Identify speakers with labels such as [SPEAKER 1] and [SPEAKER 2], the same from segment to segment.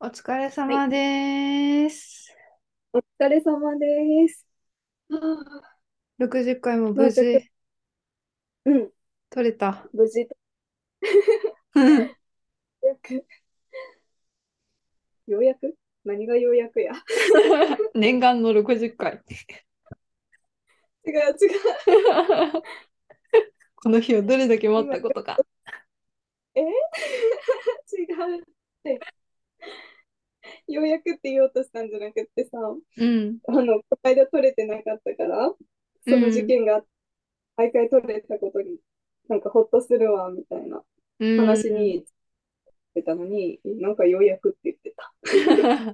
[SPEAKER 1] お疲れ様です。
[SPEAKER 2] お疲れ様です。
[SPEAKER 1] ああ60回も
[SPEAKER 2] 到
[SPEAKER 1] 無事
[SPEAKER 2] 着。うん、
[SPEAKER 1] 撮れ た。
[SPEAKER 2] 無事到
[SPEAKER 1] うん
[SPEAKER 2] 着。 ようやく何がようやくや。
[SPEAKER 1] 念願の60回。
[SPEAKER 2] 違う違う。
[SPEAKER 1] この日をどれだけ待っ
[SPEAKER 2] 今
[SPEAKER 1] た
[SPEAKER 2] ち
[SPEAKER 1] ことか。
[SPEAKER 2] ょえ違うって。 ようやくって言おうとしたんじゃなくってさ、
[SPEAKER 1] うん、
[SPEAKER 2] あの、この間取れてなかったから、
[SPEAKER 1] う
[SPEAKER 2] その事
[SPEAKER 1] ん、
[SPEAKER 2] 件が毎回取れたことに、なんかほっとするわ、みたいな
[SPEAKER 1] う
[SPEAKER 2] 話
[SPEAKER 1] ん。
[SPEAKER 2] に出たのに、なんかようやくって言ってた。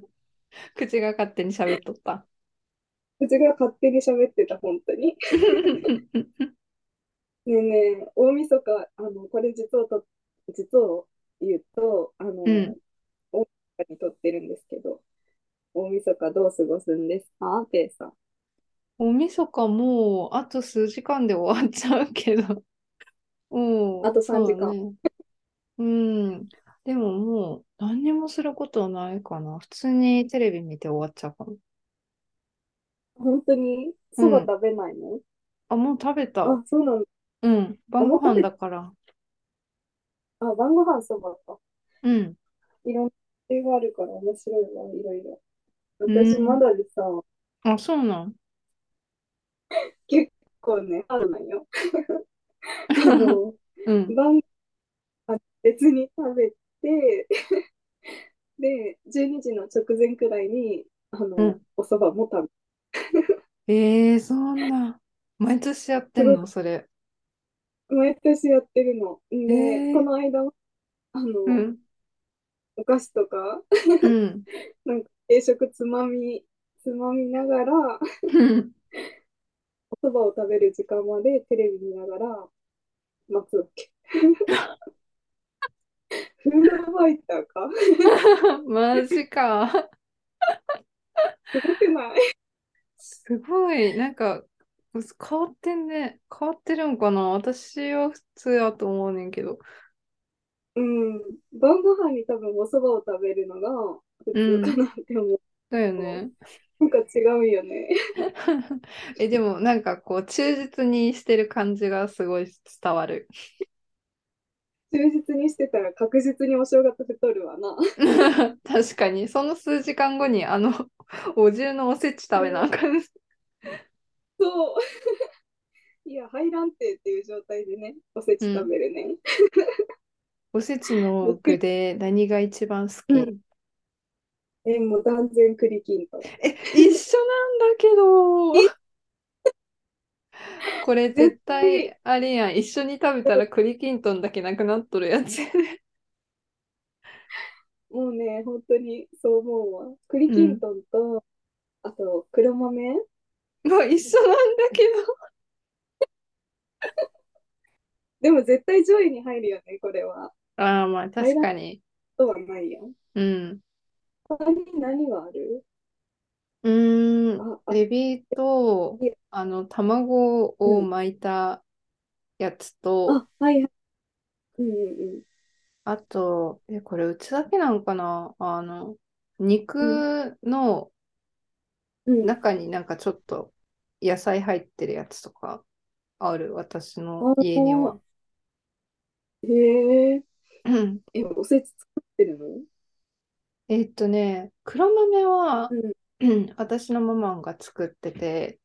[SPEAKER 1] 口が勝手に喋っとった。
[SPEAKER 2] うちが勝手に喋ってた、本当に。ねえねえ、大晦日、あの、これ実をと、実を言うと、あ
[SPEAKER 1] う
[SPEAKER 2] の、
[SPEAKER 1] ん。
[SPEAKER 2] 大晦日に撮ってるんですけど、大晦日どう過ごすんですかペイさん。
[SPEAKER 1] 大晦日もうあと数時間で終わっちゃうけ ど。う
[SPEAKER 2] あ
[SPEAKER 1] ん、
[SPEAKER 2] と3
[SPEAKER 1] そうだ
[SPEAKER 2] 時間。
[SPEAKER 1] ね。うん。でももう何にもすることはないかな。普通にテレビ見て終わっちゃうかな。
[SPEAKER 2] 本当に
[SPEAKER 1] う
[SPEAKER 2] そば
[SPEAKER 1] ん。
[SPEAKER 2] 食べないの
[SPEAKER 1] あ、もう食べた。
[SPEAKER 2] あ、そうなんだ。
[SPEAKER 1] うん。
[SPEAKER 2] あ、
[SPEAKER 1] 晩
[SPEAKER 2] も
[SPEAKER 1] ご
[SPEAKER 2] う
[SPEAKER 1] 飯
[SPEAKER 2] 食べ、
[SPEAKER 1] だから。
[SPEAKER 2] あ、晩ご飯そばか。
[SPEAKER 1] うん。
[SPEAKER 2] いろんな家庭があるから面白いわ、いろいろ。
[SPEAKER 1] う
[SPEAKER 2] 私ま
[SPEAKER 1] ん。
[SPEAKER 2] だでさ、
[SPEAKER 1] あ、そうなん。
[SPEAKER 2] 結構ね、あるの よ。あの、
[SPEAKER 1] うん。
[SPEAKER 2] 晩ご飯別に食べて、 で、12時の直前くらいに、あ
[SPEAKER 1] う
[SPEAKER 2] の、
[SPEAKER 1] ん。
[SPEAKER 2] お蕎麦も食
[SPEAKER 1] ええそんな。毎年やって
[SPEAKER 2] べ
[SPEAKER 1] ん
[SPEAKER 2] る。
[SPEAKER 1] の、それ。
[SPEAKER 2] すごい、毎年やってるの。で、
[SPEAKER 1] え
[SPEAKER 2] こ
[SPEAKER 1] え
[SPEAKER 2] の間は、あ
[SPEAKER 1] う
[SPEAKER 2] の、
[SPEAKER 1] ん。
[SPEAKER 2] お菓子とか、
[SPEAKER 1] うん。
[SPEAKER 2] なんか軽食つまみ、つまみながら、
[SPEAKER 1] うん
[SPEAKER 2] お蕎麦を食べる時間までテレビ見ながら待つわけ。 フードファイターか
[SPEAKER 1] マジか。
[SPEAKER 2] すごくない
[SPEAKER 1] すごい。なんか、変わってんね。変わってるんかな。私は普通やと思うねんけど。
[SPEAKER 2] うん。晩ご飯に多分お蕎麦を食べるのが普
[SPEAKER 1] う
[SPEAKER 2] 通
[SPEAKER 1] ん。
[SPEAKER 2] かなって思う
[SPEAKER 1] だよ
[SPEAKER 2] けど、
[SPEAKER 1] ね。
[SPEAKER 2] なんか違うよね。
[SPEAKER 1] え、でも、なんかこう、忠実にしてる感じがすごい伝わ る。
[SPEAKER 2] 忠実にしてたら確実にお正月太るわな。
[SPEAKER 1] 確かに、その数時間後に、あの、お重のおせち食べなあ
[SPEAKER 2] ね、
[SPEAKER 1] かん。
[SPEAKER 2] そう。 いや、入らんてっていう状態でね、おせ
[SPEAKER 1] う
[SPEAKER 2] ち食
[SPEAKER 1] ん。
[SPEAKER 2] べるね。
[SPEAKER 1] おせちの
[SPEAKER 2] 僕、
[SPEAKER 1] 具で何が一番好
[SPEAKER 2] う
[SPEAKER 1] き
[SPEAKER 2] ん。え、もう断然栗きんとん。
[SPEAKER 1] え、一緒なんだけど。
[SPEAKER 2] え、
[SPEAKER 1] これ
[SPEAKER 2] 絶
[SPEAKER 1] 絶対
[SPEAKER 2] 対、
[SPEAKER 1] あれやん。一緒に食べたら栗きんとんだけなくなっとるやつやね。
[SPEAKER 2] もうね、本当にそう思うわ。栗
[SPEAKER 1] う
[SPEAKER 2] きん
[SPEAKER 1] ん。
[SPEAKER 2] とんと、あと黒豆。
[SPEAKER 1] もう一緒なんだけ
[SPEAKER 2] でも絶対上位に入るよね、これは。
[SPEAKER 1] ど。ああ、まあ
[SPEAKER 2] 入
[SPEAKER 1] 確
[SPEAKER 2] らん
[SPEAKER 1] かに。
[SPEAKER 2] とはないやん。
[SPEAKER 1] うん。
[SPEAKER 2] 他に何がある
[SPEAKER 1] うーん。
[SPEAKER 2] あ、あ、
[SPEAKER 1] エビと、
[SPEAKER 2] いえ
[SPEAKER 1] あの、卵
[SPEAKER 2] う
[SPEAKER 1] を
[SPEAKER 2] ん。
[SPEAKER 1] 巻いたやつと、
[SPEAKER 2] あ、はいはい。うんうん
[SPEAKER 1] あと、え、これうちだけなのかなあの、
[SPEAKER 2] うん。
[SPEAKER 1] 肉の
[SPEAKER 2] うん。
[SPEAKER 1] 中になんかちょっと野菜入ってるやつとかある、私の
[SPEAKER 2] あ
[SPEAKER 1] 家に
[SPEAKER 2] あ、
[SPEAKER 1] は。
[SPEAKER 2] へえ。
[SPEAKER 1] うん
[SPEAKER 2] え、おせち作ってるの
[SPEAKER 1] えーっとね、黒豆は、
[SPEAKER 2] うん。
[SPEAKER 1] うん 私のママが作ってて、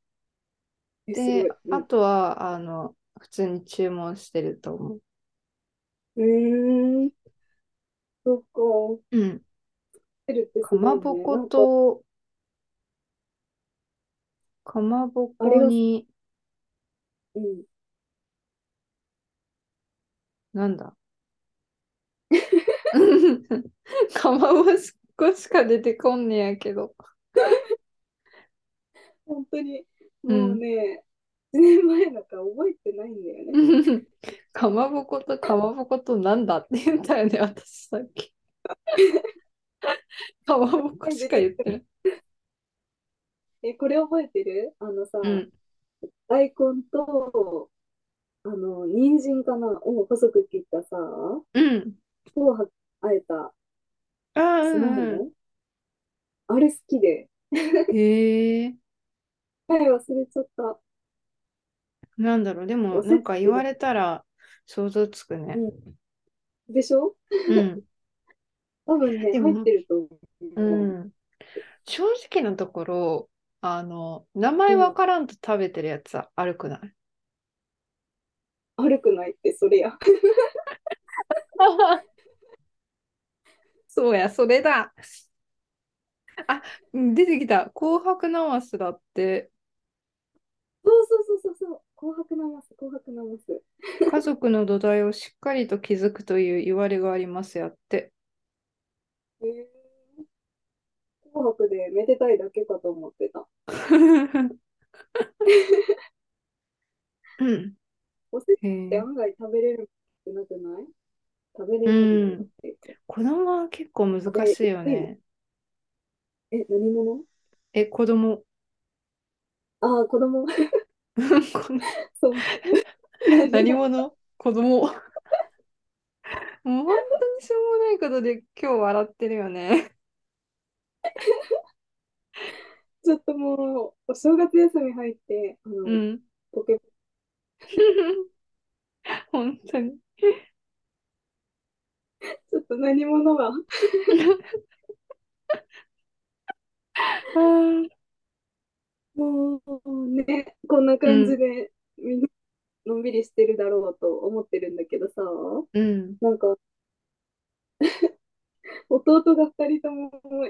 [SPEAKER 2] え、すご
[SPEAKER 1] で、
[SPEAKER 2] い。う
[SPEAKER 1] あ
[SPEAKER 2] ん。
[SPEAKER 1] とは、あの、普通に注文してると思う。
[SPEAKER 2] うーん。そっか。作っ
[SPEAKER 1] うん。
[SPEAKER 2] てるって
[SPEAKER 1] か
[SPEAKER 2] すご
[SPEAKER 1] ま
[SPEAKER 2] い
[SPEAKER 1] ぼ
[SPEAKER 2] ね。
[SPEAKER 1] こ
[SPEAKER 2] なんか、
[SPEAKER 1] と、かまぼ
[SPEAKER 2] あれ
[SPEAKER 1] こ
[SPEAKER 2] が、
[SPEAKER 1] に、
[SPEAKER 2] うん。
[SPEAKER 1] なんだ かまぼこしか出てこんねやけど。
[SPEAKER 2] 本当に、
[SPEAKER 1] う。
[SPEAKER 2] もうんね、1年 前だから覚えてないんだよね。
[SPEAKER 1] かまぼことかまぼことなんだって言ったよ ね、私さっき。かまぼこ
[SPEAKER 2] え、
[SPEAKER 1] し
[SPEAKER 2] 出
[SPEAKER 1] か
[SPEAKER 2] て
[SPEAKER 1] 言ってない。
[SPEAKER 2] え、これ覚えてるあのさ、
[SPEAKER 1] うん。
[SPEAKER 2] 大根と、あの、人参かなを細く切ったさ、
[SPEAKER 1] うん。
[SPEAKER 2] 紅白あえた
[SPEAKER 1] ああ、う
[SPEAKER 2] 砂
[SPEAKER 1] んうん。
[SPEAKER 2] 芋あれ好きで。
[SPEAKER 1] へえ。
[SPEAKER 2] はい、忘れちゃった。
[SPEAKER 1] なんだろう、でも、な
[SPEAKER 2] おせ
[SPEAKER 1] んか
[SPEAKER 2] ち
[SPEAKER 1] 言われたら想像つくね。
[SPEAKER 2] うん、でしょ
[SPEAKER 1] うん。
[SPEAKER 2] 多分ね、
[SPEAKER 1] で
[SPEAKER 2] 入っ
[SPEAKER 1] も、
[SPEAKER 2] てると思う。
[SPEAKER 1] うん。正直なところ、あの、名前
[SPEAKER 2] う
[SPEAKER 1] わ
[SPEAKER 2] ん。
[SPEAKER 1] からんと食べてるやつは悪くない
[SPEAKER 2] 悪くないって、それや。
[SPEAKER 1] そうや、それだ。あ、うん出てきた。紅白なますだって、
[SPEAKER 2] そうそうそうそうそう。紅白なます、紅白なます。
[SPEAKER 1] 家族の土台をしっかりと築くという言われがありますやって。
[SPEAKER 2] へえ紅白でめでたいだけかと思ってた。
[SPEAKER 1] うん。
[SPEAKER 2] おせちっ
[SPEAKER 1] へ
[SPEAKER 2] て
[SPEAKER 1] え。
[SPEAKER 2] 案外食べれるもの少なくない食べれ
[SPEAKER 1] う
[SPEAKER 2] るものっ
[SPEAKER 1] ん。
[SPEAKER 2] ていうか。
[SPEAKER 1] 子供は結構
[SPEAKER 2] 食
[SPEAKER 1] 難
[SPEAKER 2] べ
[SPEAKER 1] しいよ
[SPEAKER 2] れる。
[SPEAKER 1] ね。
[SPEAKER 2] え、何者
[SPEAKER 1] え、子 供。
[SPEAKER 2] ああー、子供。
[SPEAKER 1] この
[SPEAKER 2] そう。 何
[SPEAKER 1] 何
[SPEAKER 2] も。
[SPEAKER 1] 者子供。もう本当にしょうもないことで今日笑ってるよね。
[SPEAKER 2] ちょっともう、お正月休み入って、あ
[SPEAKER 1] う
[SPEAKER 2] の、
[SPEAKER 1] ん。
[SPEAKER 2] ポケ、
[SPEAKER 1] 本当に。
[SPEAKER 2] ちょっと何者は、
[SPEAKER 1] あー
[SPEAKER 2] もうね、こんな
[SPEAKER 1] う
[SPEAKER 2] 感じ
[SPEAKER 1] ん、
[SPEAKER 2] で、みんなのんびりしてるだろうと思ってるんだけどさ、
[SPEAKER 1] うん。
[SPEAKER 2] なんか、 弟が二人とも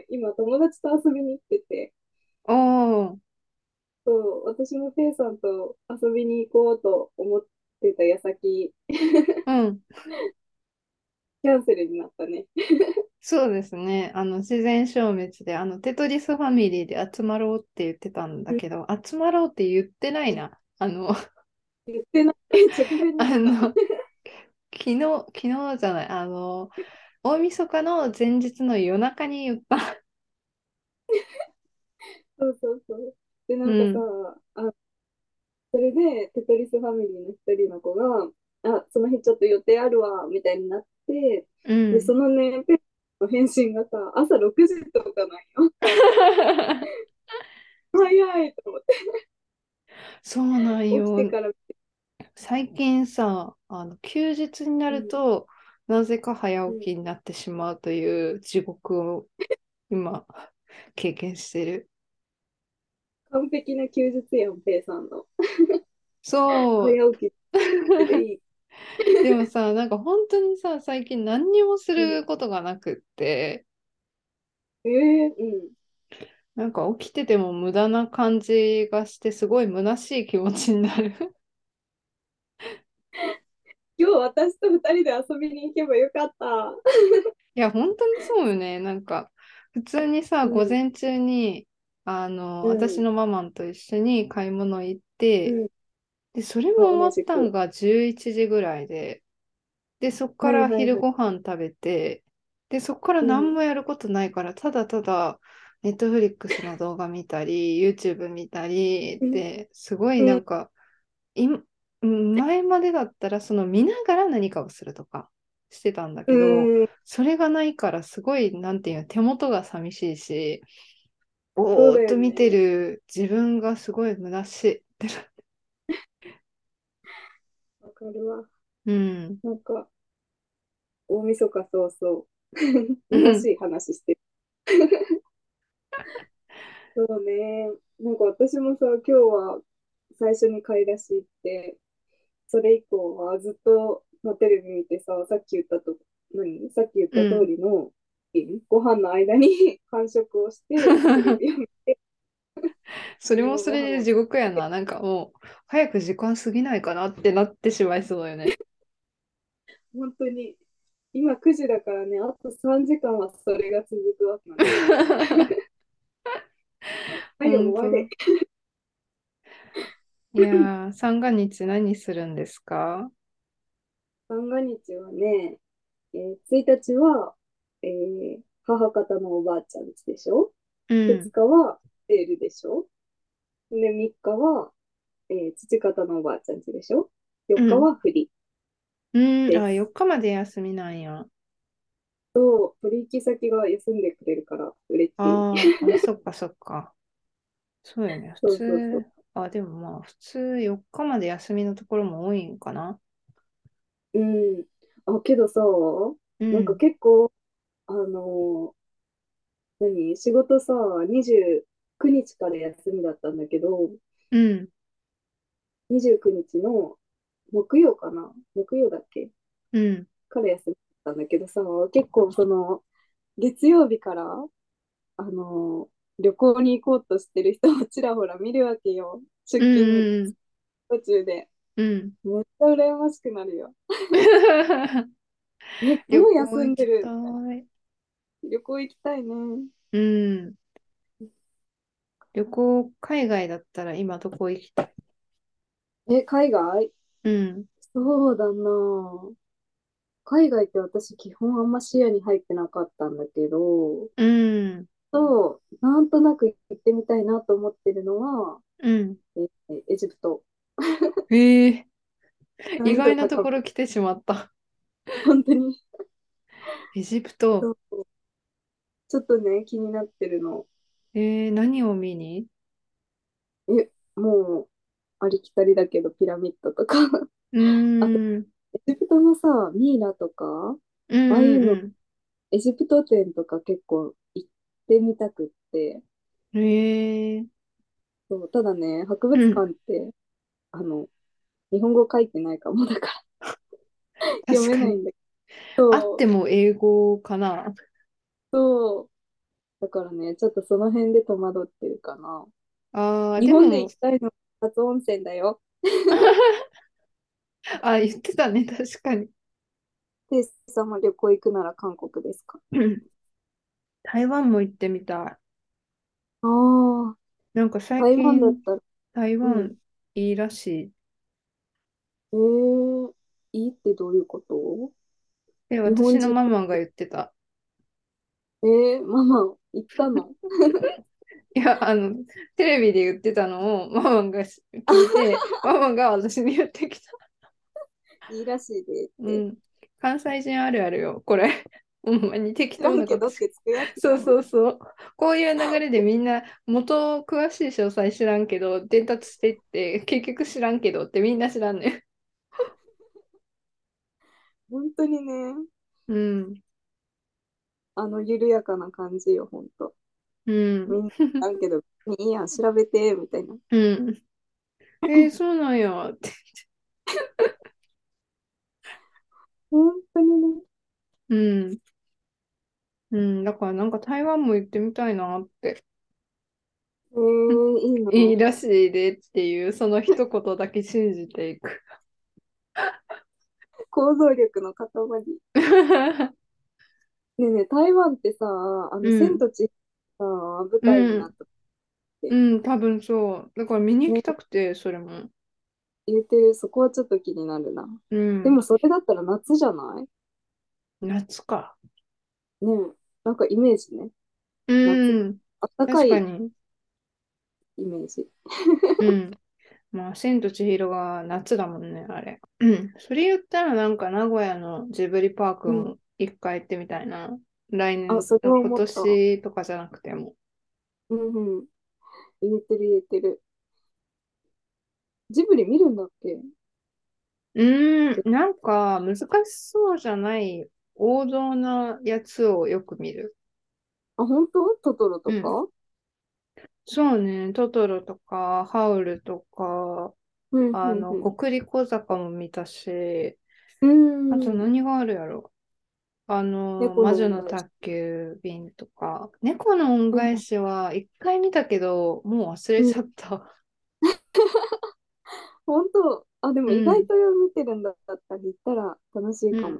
[SPEAKER 2] 今友達と遊びに行ってて、
[SPEAKER 1] おー、
[SPEAKER 2] そう、私もペイさんと遊びに行こうと思ってた矢先、
[SPEAKER 1] うん。
[SPEAKER 2] キャンセルになったね。
[SPEAKER 1] そうですね。あの、自然消滅で、あの、テトリスファミリーで集まろうって言ってたんだ
[SPEAKER 2] うん
[SPEAKER 1] けど、集まろうって言ってないな。あ の、
[SPEAKER 2] 言ってない。直前に言っ
[SPEAKER 1] あ
[SPEAKER 2] た。
[SPEAKER 1] の、昨日、昨日じゃない、あの、大晦日の前日の夜中に言った。
[SPEAKER 2] そうそうそう。で、な
[SPEAKER 1] うん
[SPEAKER 2] かさ、
[SPEAKER 1] ん、
[SPEAKER 2] あ、それで、テトリスファミリーの一人の子が、あ、その日ちょっと予定あるわ、みたいになって、
[SPEAKER 1] う
[SPEAKER 2] で、
[SPEAKER 1] ん。
[SPEAKER 2] そのね、ペイさんの返信がさ、朝6時とかなんよ。早いと思って、
[SPEAKER 1] そうなん
[SPEAKER 2] 起きて
[SPEAKER 1] よ。
[SPEAKER 2] から、
[SPEAKER 1] 最近さ、あの、休日にな
[SPEAKER 2] う
[SPEAKER 1] る
[SPEAKER 2] ん、
[SPEAKER 1] と、なぜか早
[SPEAKER 2] う
[SPEAKER 1] 起
[SPEAKER 2] ん。
[SPEAKER 1] きになってしまうという地獄 を今、経験してる。
[SPEAKER 2] 完璧な休日やん、ペイさんの。
[SPEAKER 1] そう。
[SPEAKER 2] 早起きして ていい。
[SPEAKER 1] でもさ、 なんか本当にさ、最近何にもす
[SPEAKER 2] うん。
[SPEAKER 1] ることがなくって、
[SPEAKER 2] ええうん。
[SPEAKER 1] なんか起きてても無駄な感じがして、すごい虚しい気持ちになる。
[SPEAKER 2] 今日私と二人で遊びに行けばよかった。
[SPEAKER 1] いや、本当にそうよね。なんか、普通にさ、
[SPEAKER 2] う
[SPEAKER 1] 午
[SPEAKER 2] ん、
[SPEAKER 1] 前中に、あの、
[SPEAKER 2] う
[SPEAKER 1] 私
[SPEAKER 2] ん、
[SPEAKER 1] のママと一緒に買い物行っ
[SPEAKER 2] う
[SPEAKER 1] て、
[SPEAKER 2] ん。
[SPEAKER 1] で、それも
[SPEAKER 2] あ、
[SPEAKER 1] 終わ
[SPEAKER 2] 同
[SPEAKER 1] っ
[SPEAKER 2] じ
[SPEAKER 1] たん
[SPEAKER 2] く。
[SPEAKER 1] が11時ぐらいで、で、そっ
[SPEAKER 2] は
[SPEAKER 1] か
[SPEAKER 2] い
[SPEAKER 1] ら
[SPEAKER 2] はい
[SPEAKER 1] 昼
[SPEAKER 2] はい。
[SPEAKER 1] ご飯食べて、で、そっから
[SPEAKER 2] う
[SPEAKER 1] 何
[SPEAKER 2] ん、
[SPEAKER 1] もやることないから、ただただ、ネットフリックスの動画見たり、YouTube 見たり
[SPEAKER 2] うん、
[SPEAKER 1] で、すごいな
[SPEAKER 2] うん
[SPEAKER 1] か、い、前までだったら、その見ながら何かをするとかしてたんだけど、
[SPEAKER 2] ん、うん。
[SPEAKER 1] それがないから、すごい、なんていうの、手元が寂しいし、
[SPEAKER 2] そう
[SPEAKER 1] ぼー
[SPEAKER 2] だ
[SPEAKER 1] っと
[SPEAKER 2] よ
[SPEAKER 1] 見て
[SPEAKER 2] ね。
[SPEAKER 1] る自分がすごい虚しいってな。
[SPEAKER 2] わかるわ。
[SPEAKER 1] うん。
[SPEAKER 2] なんか、大晦日そうそう。
[SPEAKER 1] う
[SPEAKER 2] 虚し
[SPEAKER 1] ん。
[SPEAKER 2] い話してる。 そうね。なんか私もさ、今日は最初に買い出し行って、それ以降はずっと、まあ、テレビ見てさ、さっき言ったと、何さっき言
[SPEAKER 1] う
[SPEAKER 2] った通
[SPEAKER 1] ん。
[SPEAKER 2] りの、ご飯の間に 完食をして、テレビを見て、
[SPEAKER 1] それも
[SPEAKER 2] もう
[SPEAKER 1] そ
[SPEAKER 2] ご
[SPEAKER 1] れ
[SPEAKER 2] 飯
[SPEAKER 1] で
[SPEAKER 2] を
[SPEAKER 1] 地獄やな。なんかもう、早く時間過ぎないかなってなってしまいそうだよ ね。
[SPEAKER 2] 本当に、今9時だからね、あと3時間はそれが続くわけなんだよ ね。はい、終
[SPEAKER 1] 本
[SPEAKER 2] われ。
[SPEAKER 1] 当。いやー、三が日何するんですか
[SPEAKER 2] 三が日はね、えー、1日は、えー母方のおばあちゃんちでしょ
[SPEAKER 1] う
[SPEAKER 2] ?2
[SPEAKER 1] ん。
[SPEAKER 2] 日はセールでしょで、3日は、えー父方のおばあちゃんちでしょ ?4
[SPEAKER 1] う
[SPEAKER 2] 日
[SPEAKER 1] ん。
[SPEAKER 2] はフリ
[SPEAKER 1] うん。
[SPEAKER 2] で
[SPEAKER 1] あ、
[SPEAKER 2] す。
[SPEAKER 1] 4日まで休みなんや。
[SPEAKER 2] と、取引先が休んでくれるから嬉しい。
[SPEAKER 1] あーあ、そっかそっか。そうよね。普
[SPEAKER 2] そうそうそう。
[SPEAKER 1] 通、あ、でもまあ、普通4日まで休みのところも多いんかな。
[SPEAKER 2] うん。あ、けどさ、
[SPEAKER 1] う
[SPEAKER 2] なんか
[SPEAKER 1] ん。
[SPEAKER 2] 結構、あのー何仕事さ、29日から休みだったんだけど、
[SPEAKER 1] うん。
[SPEAKER 2] 29日の木曜かな木曜だっけ
[SPEAKER 1] うん。
[SPEAKER 2] から休みだったんだけどさ、結構その、月曜日から、あのー旅行に行こうとしてる人もちらほら見るわけよ。出
[SPEAKER 1] う
[SPEAKER 2] 勤
[SPEAKER 1] んうん
[SPEAKER 2] 途中で。
[SPEAKER 1] うん。
[SPEAKER 2] めっちゃ羨ましくなるよ。
[SPEAKER 1] うん
[SPEAKER 2] え、
[SPEAKER 1] 旅
[SPEAKER 2] も
[SPEAKER 1] 行
[SPEAKER 2] う休ん
[SPEAKER 1] 行き
[SPEAKER 2] でる
[SPEAKER 1] た
[SPEAKER 2] みたいな。
[SPEAKER 1] い。
[SPEAKER 2] 旅行行きたいね。
[SPEAKER 1] うん。旅行、海外だったら今どこ行きたい
[SPEAKER 2] え、海外
[SPEAKER 1] うん。
[SPEAKER 2] そうだなぁ。海外って私基本あんま視野に入ってなかったんだけど、
[SPEAKER 1] うん。
[SPEAKER 2] そう、なんとなく行ってみたいなと思ってるのは、
[SPEAKER 1] うん。
[SPEAKER 2] え、エジプト。
[SPEAKER 1] ええ意
[SPEAKER 2] 難易
[SPEAKER 1] 外
[SPEAKER 2] 度
[SPEAKER 1] なと
[SPEAKER 2] 高
[SPEAKER 1] こ
[SPEAKER 2] く、
[SPEAKER 1] ろ来てしまった。
[SPEAKER 2] 本当に。
[SPEAKER 1] エジプ
[SPEAKER 2] そ
[SPEAKER 1] ト。
[SPEAKER 2] う、ちょっとね、気になってるの。
[SPEAKER 1] ええ何を見に
[SPEAKER 2] え、もう、ありきたりだけど、ピラミッドとか。
[SPEAKER 1] う
[SPEAKER 2] あと、
[SPEAKER 1] ーん。
[SPEAKER 2] エジプトのさ、ミイラとか、
[SPEAKER 1] うん
[SPEAKER 2] ああいう
[SPEAKER 1] う
[SPEAKER 2] の、
[SPEAKER 1] ん
[SPEAKER 2] エジプト展とか結構行ってみたくって、
[SPEAKER 1] うん。ええ
[SPEAKER 2] そう、ただね、博
[SPEAKER 1] う
[SPEAKER 2] 物
[SPEAKER 1] ん。
[SPEAKER 2] 館って、あの、日本語書いてないかもだから読
[SPEAKER 1] 確
[SPEAKER 2] め
[SPEAKER 1] か
[SPEAKER 2] な
[SPEAKER 1] に。
[SPEAKER 2] いんだけ
[SPEAKER 1] あって
[SPEAKER 2] ど、
[SPEAKER 1] も英語かな。
[SPEAKER 2] そう、だからね、ちょっとその辺で戸惑ってるかな。
[SPEAKER 1] ああ、
[SPEAKER 2] 日
[SPEAKER 1] で
[SPEAKER 2] 本で行
[SPEAKER 1] も、
[SPEAKER 2] きたいのは草津温泉だよ。
[SPEAKER 1] あ、言ってたね、確か に。
[SPEAKER 2] テイスさんも旅行行くなら韓国ですか
[SPEAKER 1] うん台湾も行ってみたい。
[SPEAKER 2] ああ
[SPEAKER 1] なんか
[SPEAKER 2] ー、
[SPEAKER 1] 最
[SPEAKER 2] 台湾だっ
[SPEAKER 1] 近、
[SPEAKER 2] たら、
[SPEAKER 1] 台
[SPEAKER 2] うん。
[SPEAKER 1] 湾いいらしい。
[SPEAKER 2] えー、いいってどういうこと
[SPEAKER 1] で、
[SPEAKER 2] 日
[SPEAKER 1] 私
[SPEAKER 2] 本
[SPEAKER 1] の
[SPEAKER 2] 人、
[SPEAKER 1] ママが言ってた。
[SPEAKER 2] えー、ママ、行っ たの
[SPEAKER 1] いや、あの、テレビで言ってたのを ママがし
[SPEAKER 2] あ
[SPEAKER 1] 聞いて、ママが私に言ってきた。
[SPEAKER 2] いいらしいでっ
[SPEAKER 1] う
[SPEAKER 2] て。
[SPEAKER 1] ん。関西人あるあるよ、これ。 ほんまに適
[SPEAKER 2] な
[SPEAKER 1] 当
[SPEAKER 2] ん
[SPEAKER 1] な
[SPEAKER 2] け
[SPEAKER 1] こと
[SPEAKER 2] どっ
[SPEAKER 1] す
[SPEAKER 2] てつくやつ
[SPEAKER 1] そう
[SPEAKER 2] だね。
[SPEAKER 1] そうそう。こういう流れでみんな元詳しい詳細知らんけど、伝達してって結局知らんけどってみんな知らんね。
[SPEAKER 2] 本当にね、
[SPEAKER 1] うん。
[SPEAKER 2] あの、緩やかな感じよ、本 当。
[SPEAKER 1] う
[SPEAKER 2] み
[SPEAKER 1] ん。
[SPEAKER 2] んな、だけど、いいやん、調べて、みたいな。
[SPEAKER 1] うん。えーそうなんやって。
[SPEAKER 2] 本当にね。
[SPEAKER 1] うん。うん。だからなんか台湾も行ってみたいなって。
[SPEAKER 2] えー、いい
[SPEAKER 1] いい
[SPEAKER 2] の
[SPEAKER 1] らしいでっていう、その一言だけ信じていく。
[SPEAKER 2] 行動力の塊。ねえねえ、台湾ってさ、あ
[SPEAKER 1] う
[SPEAKER 2] の、千
[SPEAKER 1] ん。
[SPEAKER 2] と千尋さ、舞
[SPEAKER 1] う。
[SPEAKER 2] 台になんったっ て
[SPEAKER 1] うん。多分そう。だから見に行き
[SPEAKER 2] ね、
[SPEAKER 1] たくて、それも。
[SPEAKER 2] 言うてる、そこはちょっと気になるな。
[SPEAKER 1] う
[SPEAKER 2] で
[SPEAKER 1] ん。
[SPEAKER 2] も、それだったら夏じゃない
[SPEAKER 1] 夏か。
[SPEAKER 2] ねえ、なんかイメージね。夏、
[SPEAKER 1] うん。
[SPEAKER 2] あったか
[SPEAKER 1] 確か
[SPEAKER 2] い
[SPEAKER 1] に。
[SPEAKER 2] イメージ。
[SPEAKER 1] うん。 まあ、千と千尋が夏だもんね、あれ。うん。それ言ったらなんか名古屋のジブリパーク
[SPEAKER 2] うん。
[SPEAKER 1] も一回行ってみたいな。来
[SPEAKER 2] あ、
[SPEAKER 1] 年、
[SPEAKER 2] それ
[SPEAKER 1] 今
[SPEAKER 2] は思ったわ。
[SPEAKER 1] 年とかじゃなくても。
[SPEAKER 2] うんうん。言えてる言えてる。ジブリ見るんだっけ
[SPEAKER 1] うーん、なんか難しそうじゃない王道なやつをよく見る。
[SPEAKER 2] あ、本当トトロと
[SPEAKER 1] う
[SPEAKER 2] か
[SPEAKER 1] ん。そうね、トトロとか、ハウルとか、
[SPEAKER 2] うんう
[SPEAKER 1] あ
[SPEAKER 2] ん
[SPEAKER 1] の、
[SPEAKER 2] うん。
[SPEAKER 1] コクリコ坂も見たし、
[SPEAKER 2] う
[SPEAKER 1] あと
[SPEAKER 2] ん。
[SPEAKER 1] 何があるやろ。あの、
[SPEAKER 2] 猫
[SPEAKER 1] 魔
[SPEAKER 2] の
[SPEAKER 1] 女
[SPEAKER 2] 恩
[SPEAKER 1] の
[SPEAKER 2] 返し。
[SPEAKER 1] 宅急便とか、猫の恩
[SPEAKER 2] うん。
[SPEAKER 1] 返しは一回見たけど、もう忘れ
[SPEAKER 2] う
[SPEAKER 1] ち
[SPEAKER 2] ん
[SPEAKER 1] ゃった。
[SPEAKER 2] 本当、あ、でも
[SPEAKER 1] う
[SPEAKER 2] 意外
[SPEAKER 1] ん。
[SPEAKER 2] と見てるんだったら行ったら楽しいうか
[SPEAKER 1] ん。
[SPEAKER 2] も。え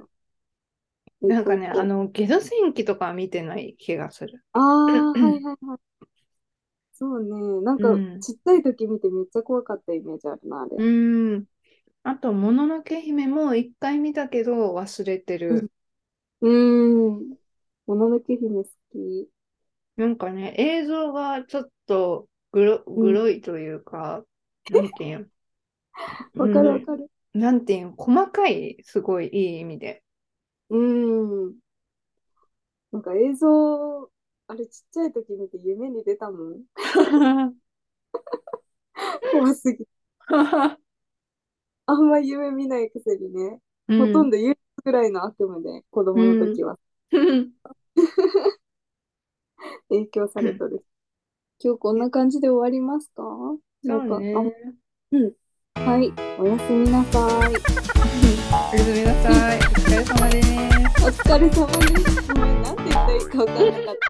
[SPEAKER 2] 行
[SPEAKER 1] なん
[SPEAKER 2] こ
[SPEAKER 1] か
[SPEAKER 2] う行
[SPEAKER 1] ね、あ
[SPEAKER 2] こう。
[SPEAKER 1] の、ゲド戦記とかは見てない気がする。
[SPEAKER 2] ああ、はいはいはい。そうね。なん
[SPEAKER 1] う
[SPEAKER 2] か
[SPEAKER 1] ん。
[SPEAKER 2] ちっちゃい時見てめっちゃ怖かったイメージあるな、あれ。
[SPEAKER 1] うん。あと、もののけ姫も一回見たけど忘れて
[SPEAKER 2] うん。
[SPEAKER 1] る。
[SPEAKER 2] うーん。もののけ姫好き。
[SPEAKER 1] なんかね、映像がちょっとグロ、
[SPEAKER 2] う
[SPEAKER 1] グ
[SPEAKER 2] ん。
[SPEAKER 1] ロいという か、なんていうん、
[SPEAKER 2] わ
[SPEAKER 1] な
[SPEAKER 2] かるわ
[SPEAKER 1] ん
[SPEAKER 2] かる。
[SPEAKER 1] なんていうん、細かい、すごいいい意味で。
[SPEAKER 2] うーん。なんか映像、あれちっちゃい時見て夢に出たもん。怖すぎ。あんま夢見ないくせにね、
[SPEAKER 1] う
[SPEAKER 2] ほとん
[SPEAKER 1] ん。
[SPEAKER 2] ど唯一ぐらいの悪夢で、子供の時は影響されとる。今日こんな感じで終わりますか
[SPEAKER 1] そ
[SPEAKER 2] なんか、
[SPEAKER 1] うね。
[SPEAKER 2] あ、うん。はい、おやすみなさ
[SPEAKER 1] お
[SPEAKER 2] い。
[SPEAKER 1] やすみなさい。お疲れ様です。
[SPEAKER 2] お疲れ様です。ごめんなんて言ったらいいか分かんなかった。